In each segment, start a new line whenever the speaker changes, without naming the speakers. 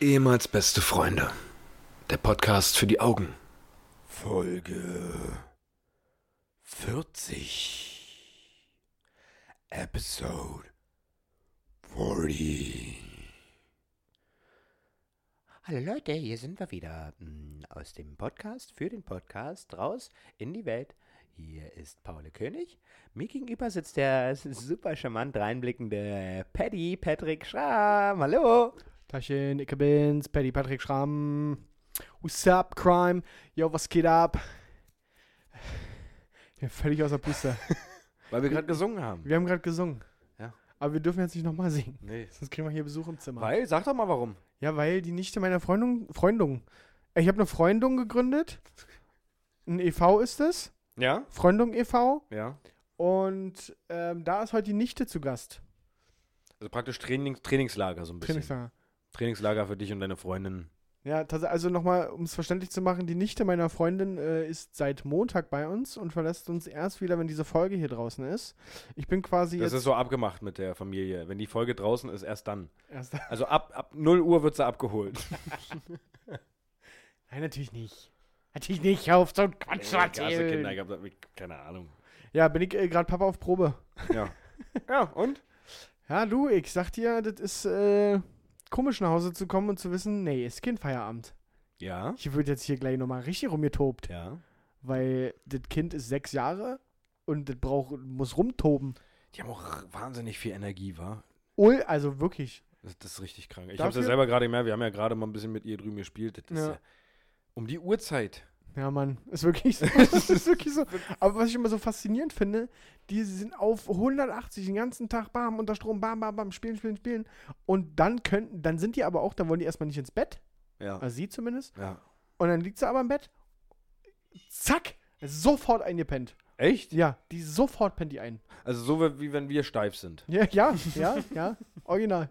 Ehemals beste Freunde. Der Podcast für die Augen.
Folge 40. Episode 40. Hallo Leute, hier sind wir wieder. Mm, Aus dem Podcast für den Podcast raus in die Welt. Hier ist Paul König. Mir gegenüber sitzt der super charmant reinblickende Paddy Patrick Schramm. Hallo.
Taschen, ich bin's, Paddy Patrick Schramm. What's up, Crime? Yo, was geht ab? Ich bin völlig außer Puste.
Weil wir gerade gesungen haben.
Wir haben gerade gesungen.
Ja.
Aber wir dürfen jetzt nicht nochmal singen.
Nee.
Sonst kriegen wir hier Besuch im Zimmer.
Weil, sag doch mal warum.
Ja, weil die Nichte meiner Freundung. Freundung. Äh, Ich habe eine Freundung gegründet. Ein e.V. ist es.
Ja?
Freundung e.V.
Ja.
Und ähm, da ist heute die Nichte zu Gast.
Also praktisch Training, Trainingslager so ein bisschen. Trainingslager.
Trainingslager.
für dich und deine Freundin.
Ja, tats- also nochmal, um es verständlich zu machen, die Nichte meiner Freundin äh, ist seit Montag bei uns und verlässt uns erst wieder, wenn diese Folge hier draußen ist. Ich bin quasi
Das
jetzt
ist so abgemacht mit der Familie. Wenn die Folge draußen ist, erst dann.
erst.
Also ab, ab 0 Uhr wird sie abgeholt.
Nein, natürlich nicht. Natürlich nicht, hör auf so einen Quatsch zu
Klasse, Kinder,
erzählen.
ich hab, keine Ahnung.
Ja, bin ich äh, gerade Papa auf Probe.
Ja. ja, und?
Ja, du, ich sag dir, das ist äh, komisch nach Hause zu kommen und zu wissen, nee, ist kein Feierabend.
Ja.
Ich würde jetzt hier gleich nochmal richtig rumgetobt,
Ja.
weil das Kind ist sechs Jahre und das braucht, muss rumtoben.
Die haben auch wahnsinnig viel Energie, war.
Ul, also wirklich.
Das, das ist richtig krank. Ich
Dafür-
hab's ja selber gerade gemerkt, wir haben ja gerade mal ein bisschen mit ihr drüben gespielt. Das ist
Ja.
ja. um die Uhrzeit.
Ja, Mann, ist wirklich so. Das ist wirklich so. Aber was ich immer so faszinierend finde, die sind auf 180 den ganzen Tag, bam, unter Strom, bam, bam, bam, spielen, spielen, spielen. Und dann könnten, dann sind die aber auch, dann wollen die erstmal nicht ins Bett,
Ja.
also sie zumindest.
ja.
Und dann liegt sie aber im Bett, zack, sofort eingepennt.
Echt?
Ja, die sofort pennt die ein.
Also so wie- wie wenn wir steif sind.
Ja, ja, ja, ja, original.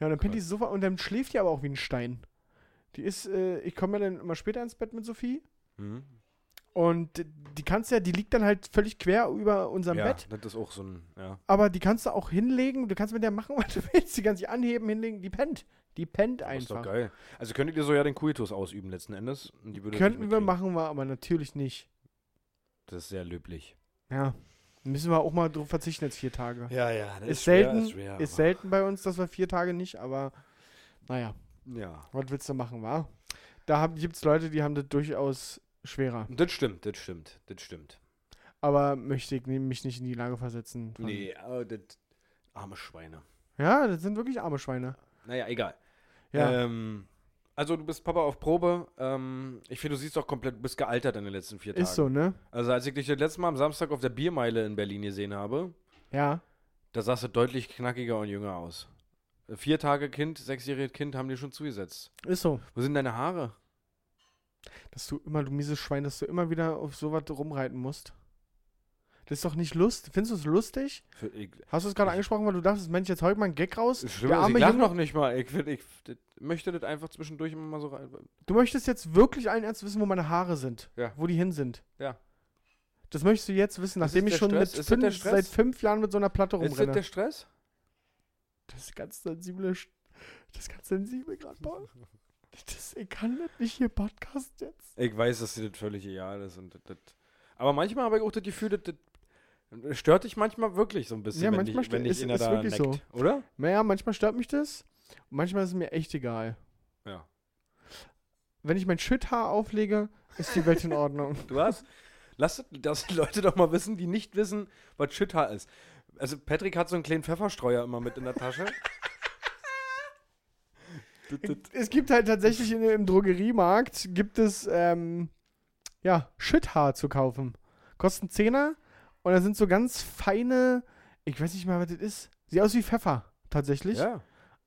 Ja, und dann pennt die sofort und dann schläft die aber auch wie ein Stein. Die ist, äh, ich komme ja dann immer später ins Bett mit Sophie.
Hm?
Und die kannst ja, die liegt dann halt völlig quer über unserem
ja,
Bett,
das ist auch so ein, ja.
aber die kannst du auch hinlegen, du kannst mit der machen, was du willst, die kannst du anheben, hinlegen, die pennt. Die pennt
Das ist doch
einfach.
geil. Also könntet ihr so ja den Kultus ausüben letzten Endes. Und die würde
Könnten
nicht
wir
mitkriegen.
machen wir, aber natürlich nicht.
Das ist sehr löblich.
Ja. Müssen wir auch mal drauf verzichten jetzt vier Tage.
Ja, ja.
ist, selten, ist, selten bei uns, dass wir vier Tage nicht, aber naja,
Ja.
was willst du machen, wa? Da gibt es Leute, die haben das durchaus schwerer.
Das stimmt, das stimmt, das stimmt.
Aber möchte ich mich nicht in die Lage versetzen. von-
Nee, oh, das arme Schweine.
Ja, das sind wirklich arme Schweine.
Naja, egal.
Ja.
Ähm, also du bist Papa auf Probe. Ähm, ich finde, du siehst doch komplett, du bist gealtert in den letzten vier Tagen.
ist so, ne?
Also als ich dich das letzte Mal am Samstag auf der Biermeile in Berlin gesehen habe,
Ja.
da sahst du deutlich knackiger und jünger aus. Äh, Vier Tage Kind, sechsjähriges Kind haben dir schon zugesetzt.
Ist so.
Wo sind deine Haare?
Dass du immer, du mieses Schwein, dass du immer wieder auf sowas rumreiten musst. Das ist doch nicht lust. Findest du es lustig?
Für, ich,
Hast du es gerade
Ich-
angesprochen, weil du dachtest, Mensch, jetzt heult mal ein Gag raus.
das Schlimme ist,
Der
ich
arme
lach
Junge-
noch nicht mal. Ich, will- ich das, möchte das einfach zwischendurch immer mal so rein.
Du möchtest jetzt wirklich allen Ernst wissen, wo meine Haare sind.
Ja.
Wo die hin sind.
Ja.
Das möchtest du jetzt wissen,
Ist
nachdem
das der
ich schon
Stress?
mit
Ist das der
fünf,
Stress?
seit fünf Jahren mit so einer Platte
Ist das
rumrenne.
der
Das,
Stress?
ist ganz sensible. Sch- Das ist ganz sensibel gerade, Paul. Das, ich kann das nicht hier Podcast jetzt.
Ich weiß, dass dir das völlig egal ist. Und das, das. Aber manchmal habe ich auch das Gefühl, das, das stört dich manchmal wirklich so ein bisschen,
Ja,
wenn
manchmal
dich, wenn
stö-
dich
ist-
einer
ist
da neckt.
wirklich so.
Oder?
Naja, manchmal stört mich das. Und manchmal ist es mir echt egal.
Ja.
Wenn ich mein Schütthaar auflege, ist die Welt in Ordnung.
Du hast. Lass das- das die Leute doch mal wissen, die nicht wissen, was Schütthaar ist. Also Patrick hat so einen kleinen Pfefferstreuer immer mit in der Tasche. Das- das-
es gibt halt tatsächlich in, im Drogeriemarkt gibt es ähm, ja Schütthaar zu kaufen. Kosten Zehner und da sind so ganz feine, ich weiß nicht mal, was das ist. Sieht aus wie Pfeffer tatsächlich,
ja.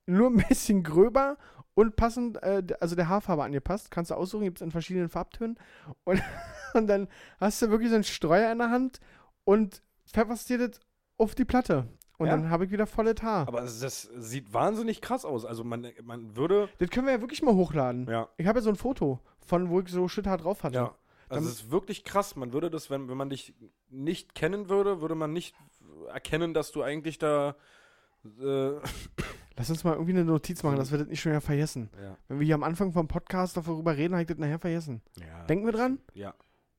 nur ein bisschen gröber und passend, äh, d- also der Haarfarbe angepasst. Kannst du aussuchen, gibt es in verschiedenen Farbtönen und, und dann hast du wirklich so einen Streuer in der Hand und pfefferst dir das auf die Platte und
Ja.
dann habe ich wieder volles Haar.
Aber das, das sieht wahnsinnig krass aus. Also man, man würde.
das können wir ja wirklich mal hochladen.
Ja.
Ich habe ja so ein Foto von, wo ich so Schütthart drauf hatte.
Ja.
Dann-
Also es ist wirklich krass. Man würde das, wenn, wenn man dich nicht kennen würde, würde man nicht erkennen, dass du eigentlich da äh,
Lass uns mal irgendwie eine Notiz machen, dass wir das nicht schon wieder vergessen.
Ja.
Wenn wir hier am Anfang vom Podcast darüber reden, habe ich das nachher vergessen.
ja.
Denken wir dran?
Ja.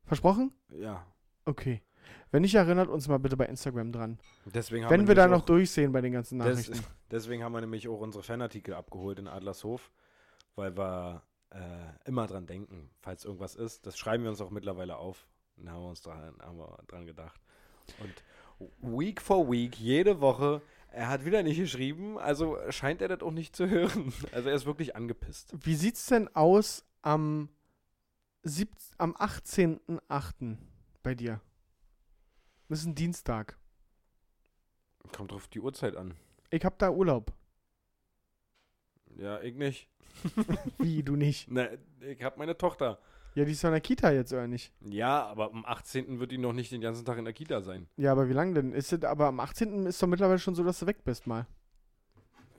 Versprochen?
Ja.
Okay. Wenn nicht, erinnert uns mal bitte bei Instagram dran.
Deswegen haben
Wenn wir da
nämlich
noch durchsehen bei den ganzen
Das-
Nachrichten.
Deswegen haben wir nämlich auch unsere Fanartikel abgeholt in Adlershof, weil wir äh, immer dran denken, falls irgendwas ist. Das schreiben wir uns auch mittlerweile auf. Da haben wir uns dran, haben wir dran gedacht. Und Week for Week, jede Woche, er hat wieder nicht geschrieben, also scheint er das auch nicht zu hören. Also er ist wirklich angepisst.
Wie sieht's denn aus am, sieb- am 18.08. bei dir? Das ist ein Dienstag.
Kommt drauf die Uhrzeit an.
Ich hab da Urlaub.
Ja, ich nicht.
Wie, du nicht?
Ne, ich habe meine Tochter.
Ja, die ist doch in der Kita jetzt, oder nicht?
Ja, aber am 18. wird die noch nicht den ganzen Tag in der Kita sein.
Ja, aber wie lange denn? Ist das, aber am 18. ist doch mittlerweile schon so, dass du weg bist mal.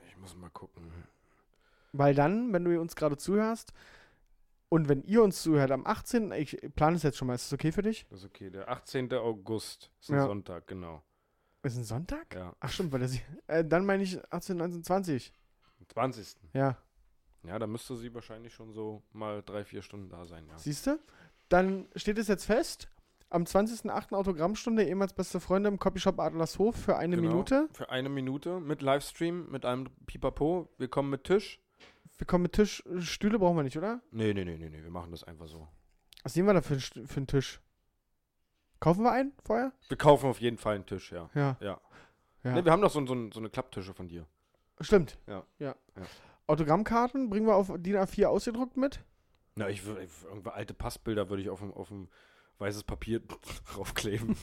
Ich muss mal gucken.
Weil dann, wenn du uns gerade zuhörst und wenn ihr uns zuhört am 18., ich plane es jetzt schon mal, ist das okay für dich?
Das ist okay. Der 18. August ist ein
Ja.
Sonntag, genau.
Ist ein Sonntag?
Ja.
Ach stimmt, weil das, äh, dann meine ich 18, 19, 20.
Am 20.
Ja,
Ja, da müsste sie wahrscheinlich schon so mal drei, vier Stunden da sein, ja.
siehst du? Dann steht es jetzt fest, am 20.08. Autogrammstunde, ehemals beste Freunde im Copyshop Adlershof für eine
Genau.
Minute.
Für eine Minute mit Livestream, mit einem Pipapo. Wir kommen mit Tisch.
Wir kommen mit Tisch, äh, Stühle brauchen wir nicht, oder?
Nee, nee, nee, nee, nee. Wir machen das einfach so.
Was nehmen wir da für, einen Stu- für einen Tisch? Kaufen wir einen vorher?
Wir kaufen auf jeden Fall einen Tisch, ja.
Ja.
Ja.
Ja.
Nee, wir haben doch so, ein- so, ein- so eine Klapptische von dir.
Stimmt.
Ja.
ja.
Ja.
Autogrammkarten bringen wir auf DIN A4 ausgedruckt mit.
Na, ich würde irgendwie alte Passbilder würde ich auf dem, auf dem weißes Papier draufkleben.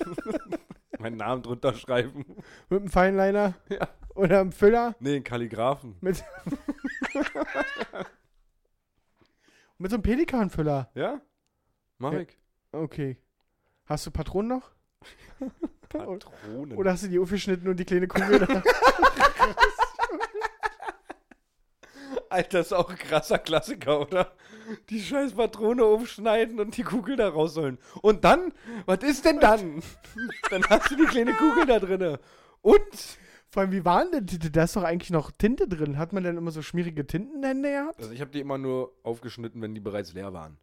Meinen Namen drunter schreiben.
Mit einem Feinliner
Ja.
oder einem Füller.
Nee, einen Kalligraphen.
Mit so einem Pelikanfüller.
Ja? Mach
Ja.
ich.
Okay. Hast du Patronen noch?
Patronen.
Oder hast du die aufgeschnitten und die kleine Kugel da?
Alter, ist auch ein krasser Klassiker, oder? Die scheiß Patrone aufschneiden und die Kugel da rausholen. Und dann? Was ist denn dann? dann hast du die kleine Kugel da drinne. Und?
Vor allem, wie waren denn die? Da ist doch eigentlich noch Tinte drin. Hat man denn immer so schmierige Tintenhände gehabt?
Also ich habe die immer nur aufgeschnitten, wenn die bereits leer waren.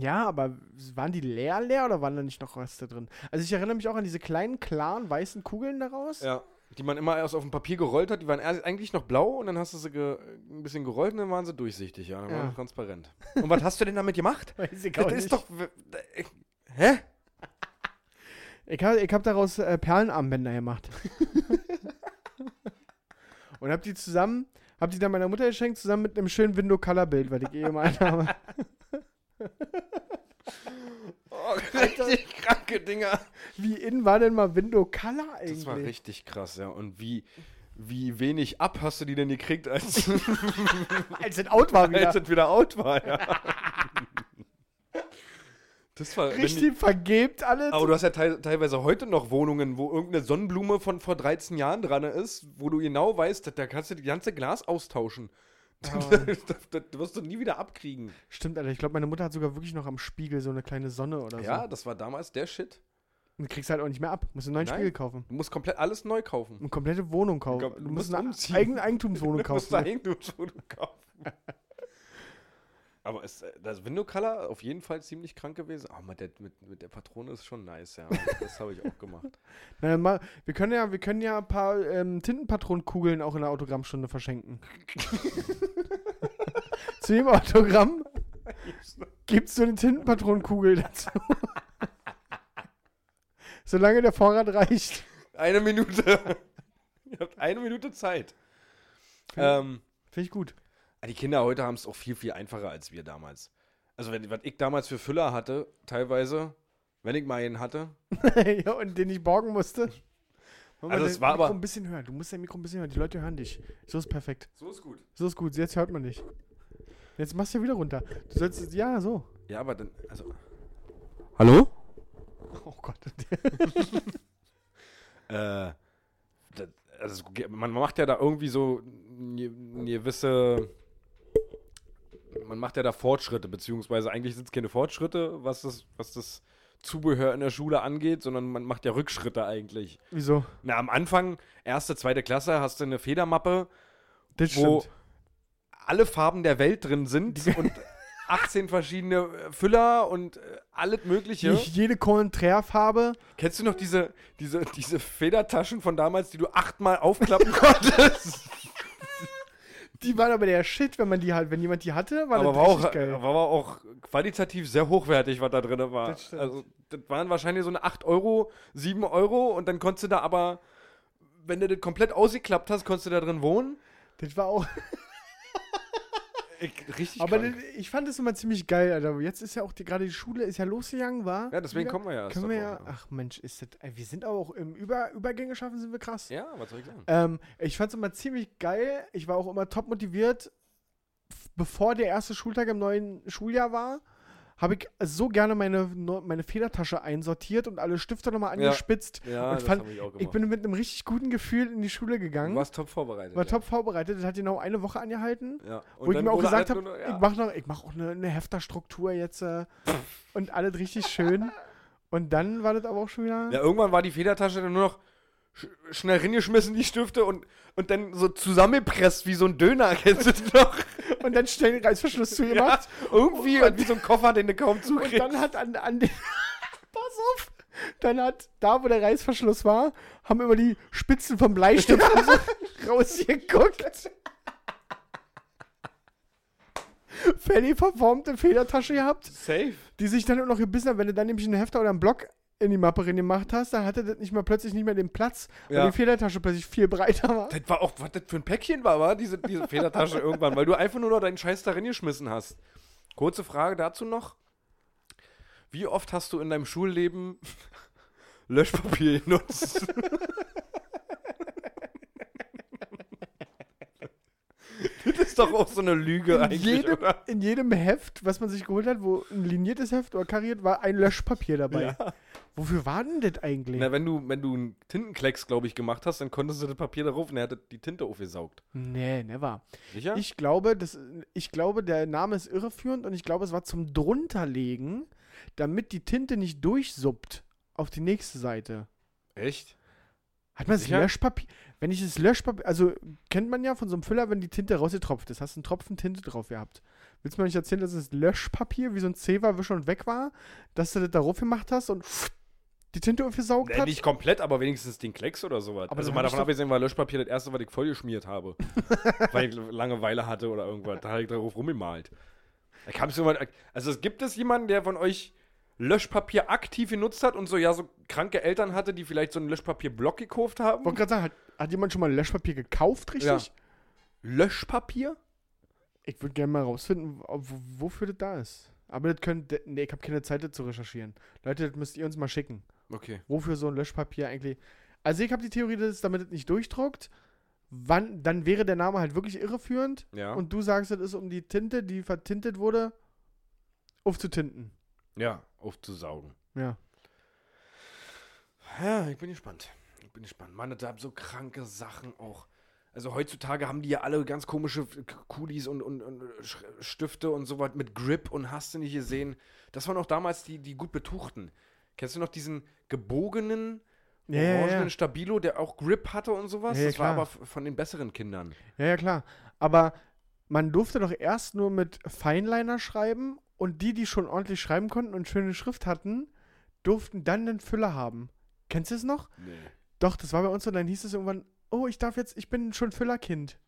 Ja, aber waren die leer leer oder waren da nicht noch Reste drin? Also ich erinnere mich auch an diese kleinen, klaren, weißen Kugeln daraus.
Ja. Die man immer erst auf dem Papier gerollt hat. Die waren erst eigentlich noch blau und dann hast du sie ge ein bisschen gerollt und dann waren sie durchsichtig, ja. Dann waren
Ja.
sie transparent. Und was hast du denn damit gemacht?
Weiß ich auch
Das
nicht.
ist doch... äh, Hä?
Ich habe ich hab daraus äh, Perlenarmbänder gemacht. Und hab die zusammen, hab die dann meiner Mutter geschenkt, zusammen mit einem schönen Window-Color-Bild, weil ich eh gemalt habe.
Oh, richtig kranke Dinger.
Wie innen war denn mal Window-Color eigentlich?
Das war richtig krass, ja. Und wie, wie wenig ab hast du die denn gekriegt, als, als
Als es out war wieder.
es wieder out war, ja. Das war wenn Die,
Richtig vergebt alles.
aber du hast ja teil, teilweise heute noch Wohnungen, wo irgendeine Sonnenblume von vor 13 Jahren dran ist, wo du genau weißt, da- da kannst du das ganze Glas austauschen. das, das wirst du nie wieder abkriegen.
Stimmt, Alter. Ich glaube, meine Mutter hat sogar wirklich noch am Spiegel so eine kleine Sonne oder so.
Ja, das war damals der Shit.
Und kriegst halt auch nicht mehr ab. Musst einen neuen
Nein.
Spiegel kaufen.
Du musst komplett alles neu kaufen.
Eine komplette Wohnung kaufen.
glaub,
du musst
musst
eine
umziehen.
eigene Eigentumswohnung
Du musst
kaufen.
da Eigentumswohnung kaufen. Aber ist äh, das Window Color auf jeden Fall ziemlich krank gewesen. Aber mit der, mit, mit der Patrone ist schon nice, ja. Das habe ich auch gemacht.
Na, mal, wir, können ja, wir können ja ein paar ähm, Tintenpatronenkugeln auch in der Autogrammstunde verschenken. Zu jedem Autogramm gibt's so eine Tintenpatronenkugel dazu. Solange der Vorrat reicht.
Eine Minute. Ihr habt eine Minute Zeit. Ähm,
Finde ich gut.
aber Ah, die Kinder heute haben es auch viel, viel einfacher als wir damals. Also, wenn, was ich damals für Füller hatte, teilweise, wenn ich mal einen hatte,
ja, und den ich borgen musste. Mach mal
Also es
dein
war
Mikro
aber-
ein bisschen höher. Du musst dein Mikro ein bisschen höher. Die Leute hören dich. So ist perfekt.
so ist gut.
So ist gut. Jetzt hört man dich. Jetzt machst du wieder runter. Du sollst. Ja, so.
Ja, aber dann, also,
Hallo?
Oh Gott.
äh, das, also es ge- man macht ja da irgendwie so eine eine gewisse, man macht ja da Fortschritte, beziehungsweise eigentlich sind es keine Fortschritte, was das, was das Zubehör in der Schule angeht, sondern man macht ja Rückschritte eigentlich.
Wieso?
Na, am Anfang, erste, zweite Klasse, hast du eine Federmappe,
Das
wo
stimmt.
alle Farben der Welt drin sind und 18 verschiedene äh, Füller und äh, alles Mögliche.
Nicht jede Konträrfarbe.
Kennst du noch diese, diese, diese Federtaschen von damals, die du achtmal aufklappen konntest?
Die waren aber der Shit, wenn man die halt, wenn jemand die hatte, war
aber
das
war auch,
richtig geil.
war aber auch qualitativ sehr hochwertig, was da drin war.
Das stimmt.
also, das waren wahrscheinlich so eine 8 Euro, 7 Euro und dann konntest du da aber, wenn du das komplett ausgeklappt hast, konntest du da drin wohnen.
Das war auch.
Ich, richtig
Aber
krank.
das, ich fand das immer ziemlich geil, Alter. Jetzt ist ja auch die, gerade die Schule ist ja losgegangen, war.
Ja, deswegen
wieder.
kommen wir ja erst
Können wir ja.
darauf,
Ach Mensch, ist das. ey, Wir sind aber auch im Über, Übergänge schaffen, sind wir krass.
ja. Ja, was soll ich sagen?
Ähm, ich fand es immer ziemlich geil. Ich war auch immer top motiviert. F- Bevor der erste Schultag im neuen Schuljahr war, habe ich so gerne meine, neu- meine Federtasche einsortiert und alle Stifte nochmal
Ja.
angespitzt.
Ja,
und
das
fand,
habe ich auch gemacht.
ich bin mit einem richtig guten Gefühl in die Schule
du
gegangen.
warst top vorbereitet.
Äh, war
ja.
top vorbereitet. Das hat genau eine Woche angehalten.
Ja.
Wo ich mir auch
wurde alles
gesagt habe,
nur noch-
ich mache noch, ich mach auch eine, eine Hefterstruktur jetzt äh, und alles richtig schön. Und dann war das aber auch schon wieder.
Ja, irgendwann war die Federtasche dann nur noch sch schnell reingeschmissen, die Stifte, und, und dann so zusammengepresst wie so ein Döner, kennst du das noch?
Und dann schnell den Reißverschluss zugemacht.
Irgendwie und wie so ein Koffer, den du kaum
Und
zukriegst.
dann hat an, an den. Pass auf! Dann hat da, wo der Reißverschluss war, haben immer die Spitzen vom Bleistift so rausgeguckt. Fanny verformte Federtasche gehabt,
Safe.
die sich dann auch noch gebissen hat. Wenn du dann nämlich einen Hefter oder einen Block in die Mappe rein gemacht hast, dann hatte das nicht mehr plötzlich nicht mehr den Platz, weil
Ja.
die Federtasche plötzlich viel breiter war.
Das war auch, was das für ein Päckchen war, war diese, diese Federtasche irgendwann, weil du einfach nur noch deinen Scheiß da reingeschmissen hast. Kurze Frage dazu noch. Wie oft hast du in deinem Schulleben Löschpapier genutzt? das ist doch auch so eine Lüge
In
eigentlich,
jedem,
oder?
in jedem Heft, was man sich geholt hat, wo ein liniertes Heft oder kariert, war ein Löschpapier dabei. Wofür war denn das eigentlich?
Na, wenn du, wenn du einen Tintenklecks, glaube ich, gemacht hast, dann konntest du das Papier darauf und er hat die Tinte aufgesaugt.
nee, never.
Sicher?
Ich glaube, das, ich glaube, der Name ist irreführend und ich glaube, es war zum drunterlegen, damit die Tinte nicht durchsuppt auf die nächste Seite.
Echt?
Hat man das
Sicher?
Löschpapier? Wenn ich das Löschpapier, also kennt man ja von so einem Füller, wenn die Tinte rausgetropft ist, hast du einen Tropfen Tinte drauf gehabt. Willst du mir nicht erzählen, dass das Löschpapier wie so ein Zewa schon weg war, dass du das darauf gemacht hast und die Tinte aufgesaugt
Nee,
hat?
nicht komplett, aber wenigstens den Klecks oder sowas.
Aber
also
dann
mal
hab ich
davon
doch-
abgesehen war Löschpapier das erste, was ich vollgeschmiert habe. weil ich Langeweile hatte oder irgendwas. Da habe ich darauf rumgemalt. Da kam's immer, also gibt es jemanden, der von euch Löschpapier aktiv genutzt hat und so, ja, so kranke Eltern hatte, die vielleicht so einen Löschpapierblock gekauft haben?
Wollte gerade sagen, hat, hat jemand schon mal Löschpapier gekauft, richtig?
Löschpapier?
Ich würde gerne mal rausfinden, ob, wo- wofür das da ist. Aber das können. de- Nee, ich habe keine Zeit, das zu recherchieren. Leute, das müsst ihr uns mal schicken.
Okay.
Wofür so ein Löschpapier eigentlich. Also, ich habe die Theorie, dass es damit das nicht durchdruckt. Wann, dann wäre der Name halt wirklich irreführend.
Ja.
Und du sagst, es ist um die Tinte, die vertintet wurde, aufzutinten.
ja, aufzusaugen.
Ja.
Ja, ich bin gespannt. Ich bin gespannt. Mann, da haben so kranke Sachen auch. Also heutzutage haben die ja alle ganz komische Kulis und, und, und Sch- Stifte und sowas mit Grip und hast du nicht gesehen. Das waren auch damals die, die gut betuchten. Kennst du noch diesen gebogenen,
Ja, ja,
orangenen
ja.
Stabilo, der auch Grip hatte und sowas?
Ja, ja,
das war aber
klar.
f- von den besseren Kindern.
Ja, ja, klar. Aber man durfte doch erst nur mit Feinliner schreiben und die, die schon ordentlich schreiben konnten und schöne Schrift hatten, durften dann den Füller haben. Kennst du es noch?
Nee.
Doch, das war bei uns und dann hieß es irgendwann, oh, ich darf jetzt, ich bin schon Füllerkind.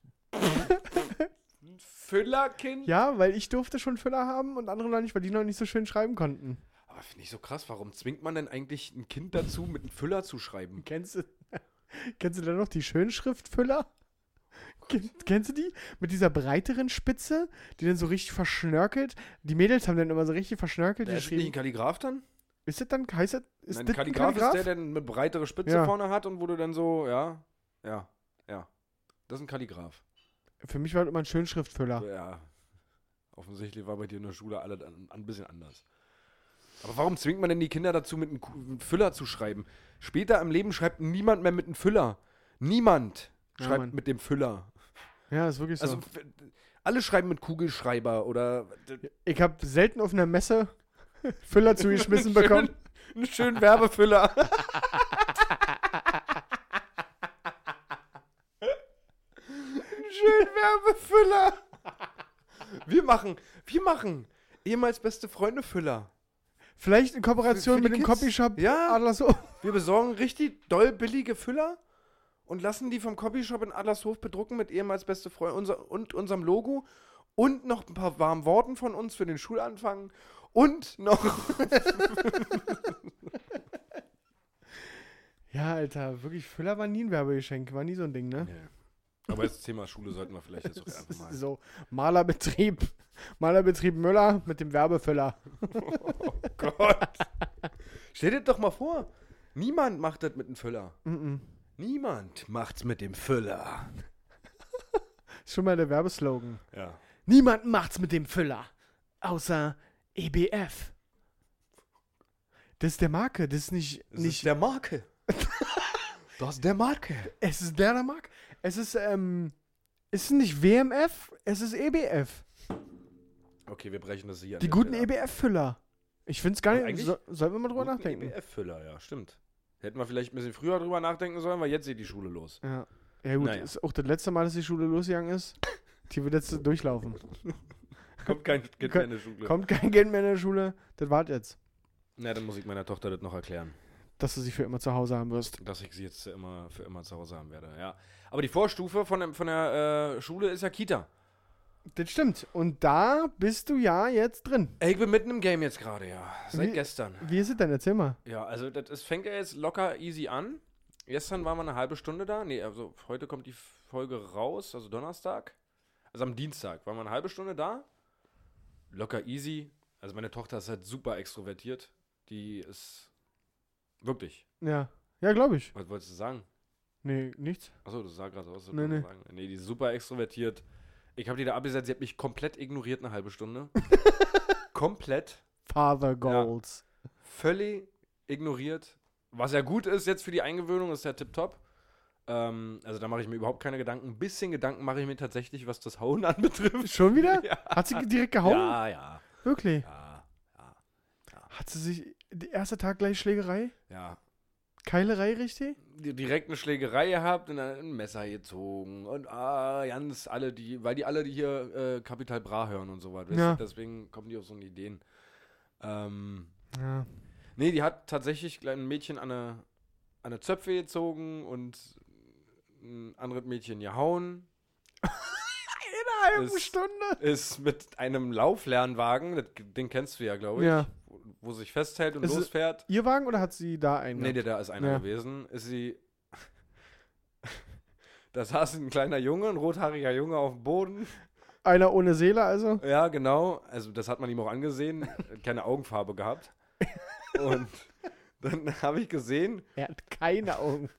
Füllerkind?
Ja, weil ich durfte schon Füller haben und andere noch nicht, weil die noch nicht so schön schreiben konnten.
Aber finde ich so krass. Warum zwingt man denn eigentlich ein Kind dazu, mit einem Füller zu schreiben?
Kennst du, kennst du dann noch die Schönschriftfüller? Ken- Kennst du die? Mit dieser breiteren Spitze, die dann so richtig verschnörkelt. Die Mädels haben dann immer so richtig verschnörkelt
Da ist
geschrieben.
nicht ein Kalligraf dann?
Ist das dann, heißt das, ist
Nein,
das
Kalligraf,
ein Kalligraf?
ist der, der eine breitere Spitze
Ja.
vorne hat und wo du dann so, ja, ja, ja. Das ist ein Kalligraf.
Für mich war das immer ein Schönschriftfüller.
Ja. Offensichtlich war bei dir in der Schule alles ein, ein bisschen anders. Aber warum zwingt man denn die Kinder dazu, mit einem Ku- einem Füller zu schreiben? Später im Leben schreibt niemand mehr mit einem Füller. Niemand
Ja,
schreibt
Mann.
mit dem Füller.
Ja, ist wirklich so.
Also f- alle schreiben mit Kugelschreiber oder
ich habe selten auf einer Messe Füller zugeschmissen bekommen.
Einen schönen Werbefüller. Schön Werbefüller. Wir machen, wir machen ehemals beste Freunde Füller.
Vielleicht in Kooperation
Für- für
mit
die
dem
Kids?
Copyshop
Ja.
Adlershof.
Wir besorgen richtig doll billige Füller und lassen die vom Copyshop in Adlershof bedrucken mit ehemals beste Freunde unser, und unserem Logo und noch ein paar warmen Worten von uns für den Schulanfang und noch
Ja, Alter, wirklich Füller war nie ein Werbegeschenk, war nie so ein Ding, ne?
Aber das Thema Schule sollten wir vielleicht jetzt auch
Das
einfach
ist
mal.
so, Malerbetrieb, Malerbetrieb Müller mit dem Werbefüller.
Gott. Stell dir doch mal vor, niemand macht das mit dem Füller.
Mm -mm.
Niemand macht's mit dem Füller.
Ist schon mal der Werbeslogan.
Ja.
Niemand macht's mit dem Füller, außer EBF. Das ist der Marke, das ist nicht,
Das
nicht
ist der Marke. das ist der Marke.
Es ist der, der mag. Es ist, ähm, es ist nicht WMF, es ist EBF.
Okay, wir brechen das hier. an
Die
der
guten
Stelle ab.
EBF-Füller. Ich finde es gar
Und
nicht.
genau. eigentlich-
So, sollen wir mal drüber
Guten
nachdenken?
EBF-Füller, ja, stimmt. Hätten wir vielleicht ein bisschen früher drüber nachdenken sollen, weil jetzt geht die Schule los.
Ja. ja, gut.
Naja.
Ist auch das letzte Mal, dass die Schule losgegangen ist. Die wird jetzt durchlaufen.
Kommt kein Kind mehr in die Schule.
Kommt kein Geld mehr in der Schule. Das wart jetzt,
Na, dann muss ich meiner Tochter das noch erklären,
dass du sie für immer zu Hause haben wirst.
dass ich sie jetzt immer für immer zu Hause haben werde. Ja. Aber die Vorstufe von, dem- von der äh, Schule ist ja Kita.
Das stimmt. Und da bist du ja jetzt drin.
Ey, ich bin mitten im Game jetzt gerade, ja. Seit
Wie-
gestern.
Wie ist es denn? Erzähl mal.
Ja, also das, das fängt ja jetzt locker easy an. Gestern waren wir eine halbe Stunde da. Nee, also heute kommt die Folge raus, also Donnerstag. Also am Dienstag waren wir eine halbe Stunde da. Locker easy. Also meine Tochter ist halt super extrovertiert. Die ist wirklich.
Ja. Ja, glaube ich.
Was wolltest du sagen?
Nee, nichts.
Achso, das sah gerade aus.
Nee,
Nee,
nee.
nee. Sagen. nee, die ist super extrovertiert. Ich habe die da abgesetzt, sie hat mich komplett ignoriert eine halbe Stunde. komplett.
Father Goals.
völlig ignoriert. Was ja gut ist jetzt für die Eingewöhnung, ist ja tipptopp. Ähm, also da mache ich mir überhaupt keine Gedanken. Ein bisschen Gedanken mache ich mir tatsächlich, was das Hauen anbetrifft.
Schon wieder?
Ja.
Hat sie direkt gehauen?
Ja, ja,
Wirklich?
ja,
Hat sie sich. Der erste Tag gleich Schlägerei?
ja.
Keilerei, richtig?
Die- Direkt eine Schlägerei gehabt und dann ein Messer gezogen. Und ah, ganz alle, die, weil die alle, die hier äh, Kapital Bra hören und so weiter.
Ja.
Deswegen kommen die auf so eine Ideen. Ähm,
Ja.
Nee, die hat tatsächlich gleich ein Mädchen an eine, an eine Zöpfe gezogen und ein anderes Mädchen gehauen.
In einer halben
Ist-
Stunde.
Ist mit einem Lauflernwagen, das- den kennst du ja, glaube ich,
Ja.
wo, wo sich festhält und
Es ist-
losfährt.
Ihr Wagen oder hat sie da einen?
Nee,
gehabt?
der da ist einer
Ja.
gewesen. Ist sie. da saß ein kleiner Junge, ein rothaariger Junge auf dem Boden.
Einer ohne Seele, also?
Ja, genau. Also, das hat man ihm auch angesehen. Hat Keine Augenfarbe gehabt. Und dann habe ich gesehen,
Er hat keine Augen.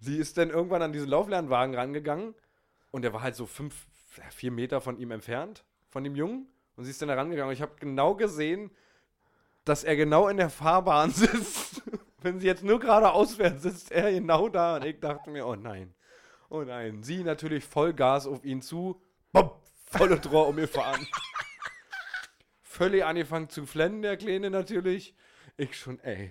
Sie ist dann irgendwann an diesen Lauflernwagen rangegangen und der war halt so fünf, vier Meter von ihm entfernt, von dem Jungen. Und sie ist dann da rangegangen und ich habe genau gesehen, dass er genau in der Fahrbahn sitzt. Wenn sie jetzt nur geradeaus fährt, sitzt er genau da. Und ich dachte mir, oh nein, oh nein. Sie natürlich Vollgas auf ihn zu, bopp, volle Rohr umgefahren. Völlig angefangen zu flennen, der Kleine natürlich. Ich schon, ey,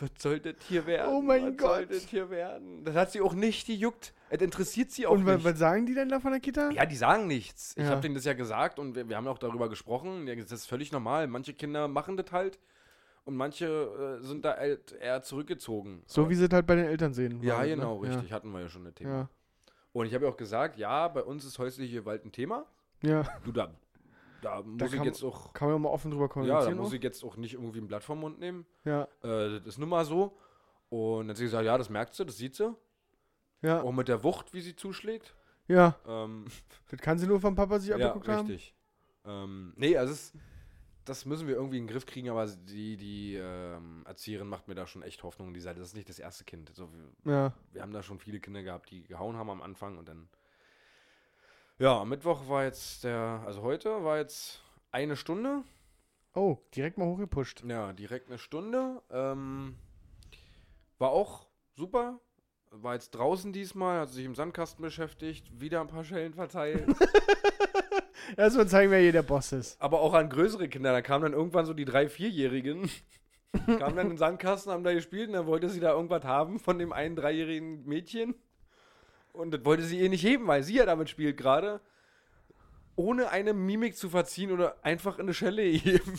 was soll das hier werden?
Oh mein
was soll
Gott.
das hier werden? Das hat sie auch nicht gejuckt. Es interessiert sie auch
Und wa-
nicht.
was sagen die denn da von der Kita?
Ja, die sagen nichts. Ich
Ja.
habe denen das ja gesagt und wir, wir haben auch darüber gesprochen. Ja, Das ist völlig normal. Manche Kinder machen das halt und manche äh, sind da halt eher zurückgezogen.
So wie sie es halt bei den Eltern sehen.
ja,
Wahrheit, ne?
genau, richtig. Hatten wir ja schon ein Thema.
Ja.
Und ich habe ja auch gesagt, ja, bei uns ist häusliche Gewalt ein Thema.
Ja. ja.
Du, da, da muss ich
kann-
jetzt auch,
Kann man ja mal offen drüber
ja, da
kommunizieren.
muss
auch.
ich jetzt auch nicht irgendwie ein Blatt vom Mund nehmen.
ja.
Äh, das ist nun mal so. Und dann hat sie gesagt, ja, das merkt sie, das sieht sie.
Ja.
Auch mit der Wucht, wie sie zuschlägt.
ja.
Ähm,
Das kann sie nur vom Papa sich
Ja,
abgeguckt haben.
richtig. Ähm, nee, also es, das müssen wir irgendwie in den Griff kriegen, aber die, die ähm, Erzieherin macht mir da schon echt Hoffnung. Die sagt, das ist nicht das erste Kind. Also, wir,
Ja.
wir haben da schon viele Kinder gehabt, die gehauen haben am Anfang und dann. Ja, am Mittwoch war jetzt der, also heute war jetzt eine Stunde.
Oh, direkt mal hochgepusht.
Ja, direkt eine Stunde. Ähm, war auch super. War jetzt draußen diesmal, hat sich im Sandkasten beschäftigt, wieder ein paar Schellen verteilt.
Erstmal zeigen, wer hier der Boss ist.
aber auch an größere Kinder. Da kamen dann irgendwann so die drei, vierjährigen Kamen dann in den Sandkasten, haben da gespielt und dann wollte sie da irgendwas haben von dem einen dreijährigen Mädchen. Und das wollte sie ihr nicht heben, weil sie ja damit spielt gerade. Ohne eine Mimik zu verziehen oder einfach in eine Schelle heben.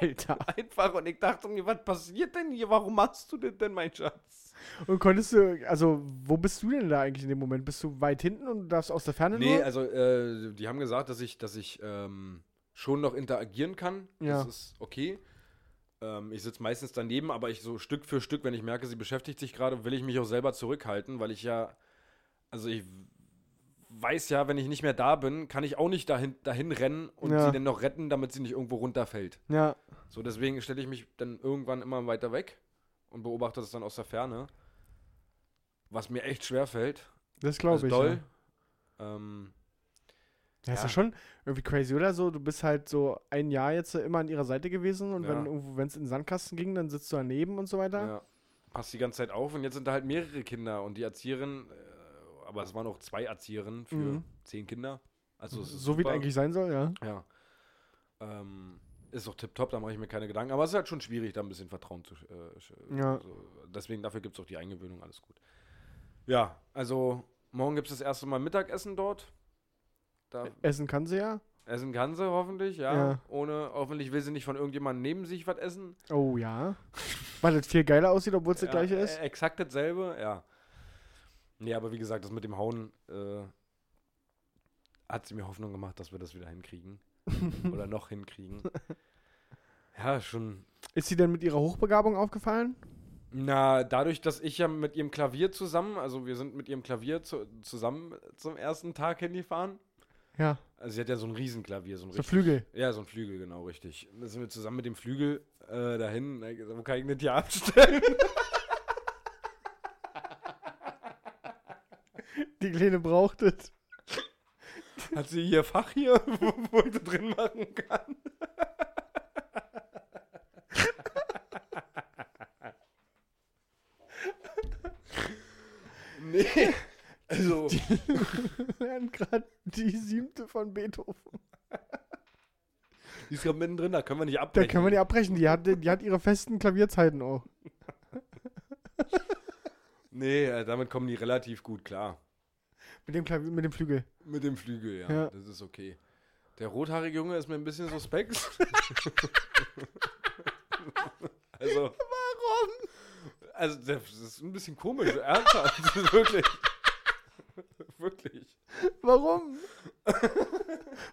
Alter.
Einfach. Und ich dachte mir, was passiert denn hier? Warum machst du das denn, mein Schatz?
Und konntest du, also, wo bist du denn da eigentlich in dem Moment? Bist du weit hinten und darfst aus der Ferne
Nee,
nur?
also äh, die haben gesagt, dass ich, dass ich ähm, schon noch interagieren kann.
Ja.
Das ist okay. Ähm, ich sitze meistens daneben, aber ich so Stück für Stück, wenn ich merke, sie beschäftigt sich gerade, will ich mich auch selber zurückhalten, weil ich ja, also ich weiß ja, wenn ich nicht mehr da bin, kann ich auch nicht dahin, dahin rennen und
Ja.
sie dann noch retten, damit sie nicht irgendwo runterfällt.
Ja.
So, deswegen stelle ich mich dann irgendwann immer weiter weg und beobachte das dann aus der Ferne. Was mir echt schwer fällt.
Das glaube
Also
ich.
doll.
Ja.
Ähm,
Ja, ist ja
Ja.
schon irgendwie crazy, oder so? Du bist halt so ein Jahr jetzt immer an ihrer Seite gewesen und wenn
Ja.
irgendwo, wenn es in den Sandkasten ging, dann sitzt du daneben und so weiter.
Ja. Passt die ganze Zeit auf und jetzt sind da halt mehrere Kinder und die Erzieherin, äh, aber es waren auch zwei Erzieherinnen für
Mhm.
zehn Kinder. Also es ist
so wie es
super.
eigentlich sein soll, ja.
Ja. Ähm, ist doch tipptopp, da mache ich mir keine Gedanken. Aber es ist halt schon schwierig, da ein bisschen Vertrauen zu. sch- Äh, sch-
Ja.
so. Deswegen, dafür gibt es auch die Eingewöhnung, alles gut. Ja, also morgen gibt es das erste Mal Mittagessen dort. Da
Essen kann sie ja.
essen kann sie hoffentlich, ja.
Ja.
Ohne, hoffentlich will sie nicht von irgendjemandem neben sich was essen.
Oh ja. Weil das viel geiler aussieht, obwohl es das gleiche
äh,
ist.
Exakt dasselbe, ja. Nee, aber wie gesagt, das mit dem Hauen äh, hat sie mir Hoffnung gemacht, dass wir das wieder hinkriegen. Oder noch hinkriegen. Ja, schon.
Ist sie denn mit ihrer Hochbegabung aufgefallen?
Na, dadurch, dass ich ja mit ihrem Klavier zusammen, also wir sind mit ihrem Klavier zu, zusammen zum ersten Tag hingefahren.
Ja.
Also sie hat ja so ein Riesenklavier, so ein
So
richtig.
Flügel.
Ja, so ein Flügel, genau, richtig. Dann sind wir zusammen mit dem Flügel äh, dahin. Na, Wo kann ich denn das hier abstellen?
Die Kleine braucht es.
Hat sie hier Fach hier, wo, wo ich das drin machen kann? nee, also,
lernt gerade die siebte von Beethoven.
die ist gerade mittendrin, da können wir nicht
Da
abbrechen.
können wir die abbrechen. Die hat, die hat ihre festen Klavierzeiten auch.
nee, äh, damit kommen die relativ gut klar.
Mit dem, Klavier, mit dem Flügel.
Mit dem Flügel, ja,
Ja.
das ist okay. Der rothaarige Junge ist mir ein bisschen suspekt. also,
Warum?
also, das ist ein bisschen komisch, ernsthaft, wirklich. wirklich.
Warum?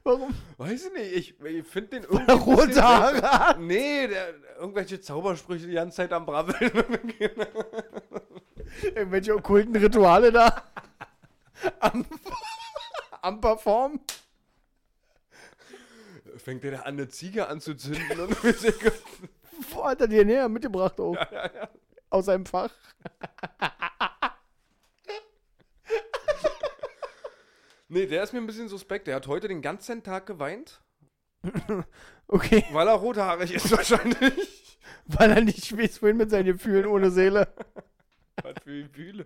Warum?
Weiß ich nicht, ich, ich finde den
Der
irgendwie. ein
rote
bisschen-
Haare hat.
Nee, der, irgendwelche Zaubersprüche die ganze Zeit am Brabbeln.
Irgendwelche okkulten Rituale da. Am, am Perform.
Fängt der da an, eine Ziege anzuzünden und wir sind ge-
Boah, hat er dir näher mitgebracht auch. Aus seinem Fach.
Nee, der ist mir ein bisschen suspekt. Der hat heute den ganzen Tag geweint,
Okay,
weil er rothaarig ist wahrscheinlich.
weil er nicht weiß, wohin mit seinen Gefühlen ohne Seele.
Was für eine Bühle.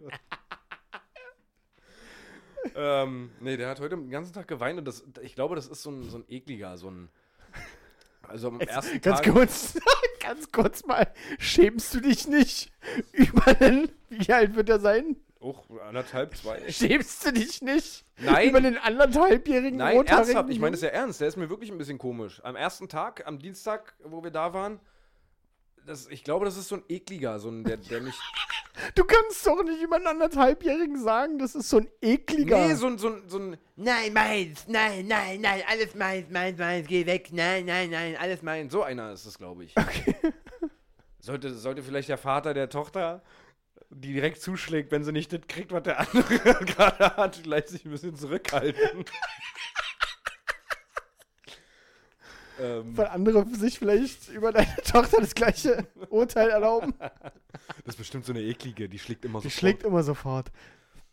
ähm, nee, der hat heute den ganzen Tag geweint und das, ich glaube, das ist so ein, so ein ekliger, so ein. Also am ersten
Ganz
Tag.
kurz, ganz kurz mal, schämst du dich nicht über den, wie alt wird er sein?
Och, anderthalb, zwei.
Schämst du dich nicht
Nein.
über den anderthalbjährigen
Nein,
rothaarigen
ernsthaft, ich meine das
Jungen?
ja ernst. Der ist mir wirklich ein bisschen komisch. Am ersten Tag, am Dienstag, wo wir da waren, das, ich glaube, das ist so ein ekliger, so ein, der, der mich.
Du kannst doch nicht über einen anderthalbjährigen sagen, das ist so ein ekliger.
Nee, so ein, so ein, so ein.
Nein, meins, nein, nein, nein, alles meins, meins, meins, geh weg, nein, nein, nein, alles meins.
Nein, so einer ist es, glaube ich. Sollte, sollte vielleicht der Vater der Tochter, die direkt zuschlägt, wenn sie nicht das kriegt, was der andere gerade hat, vielleicht sich ein bisschen zurückhalten. ähm,
weil andere sich vielleicht über deine Tochter das gleiche Urteil erlauben.
das ist bestimmt so eine eklige, die schlägt immer so.
Die schlägt immer sofort.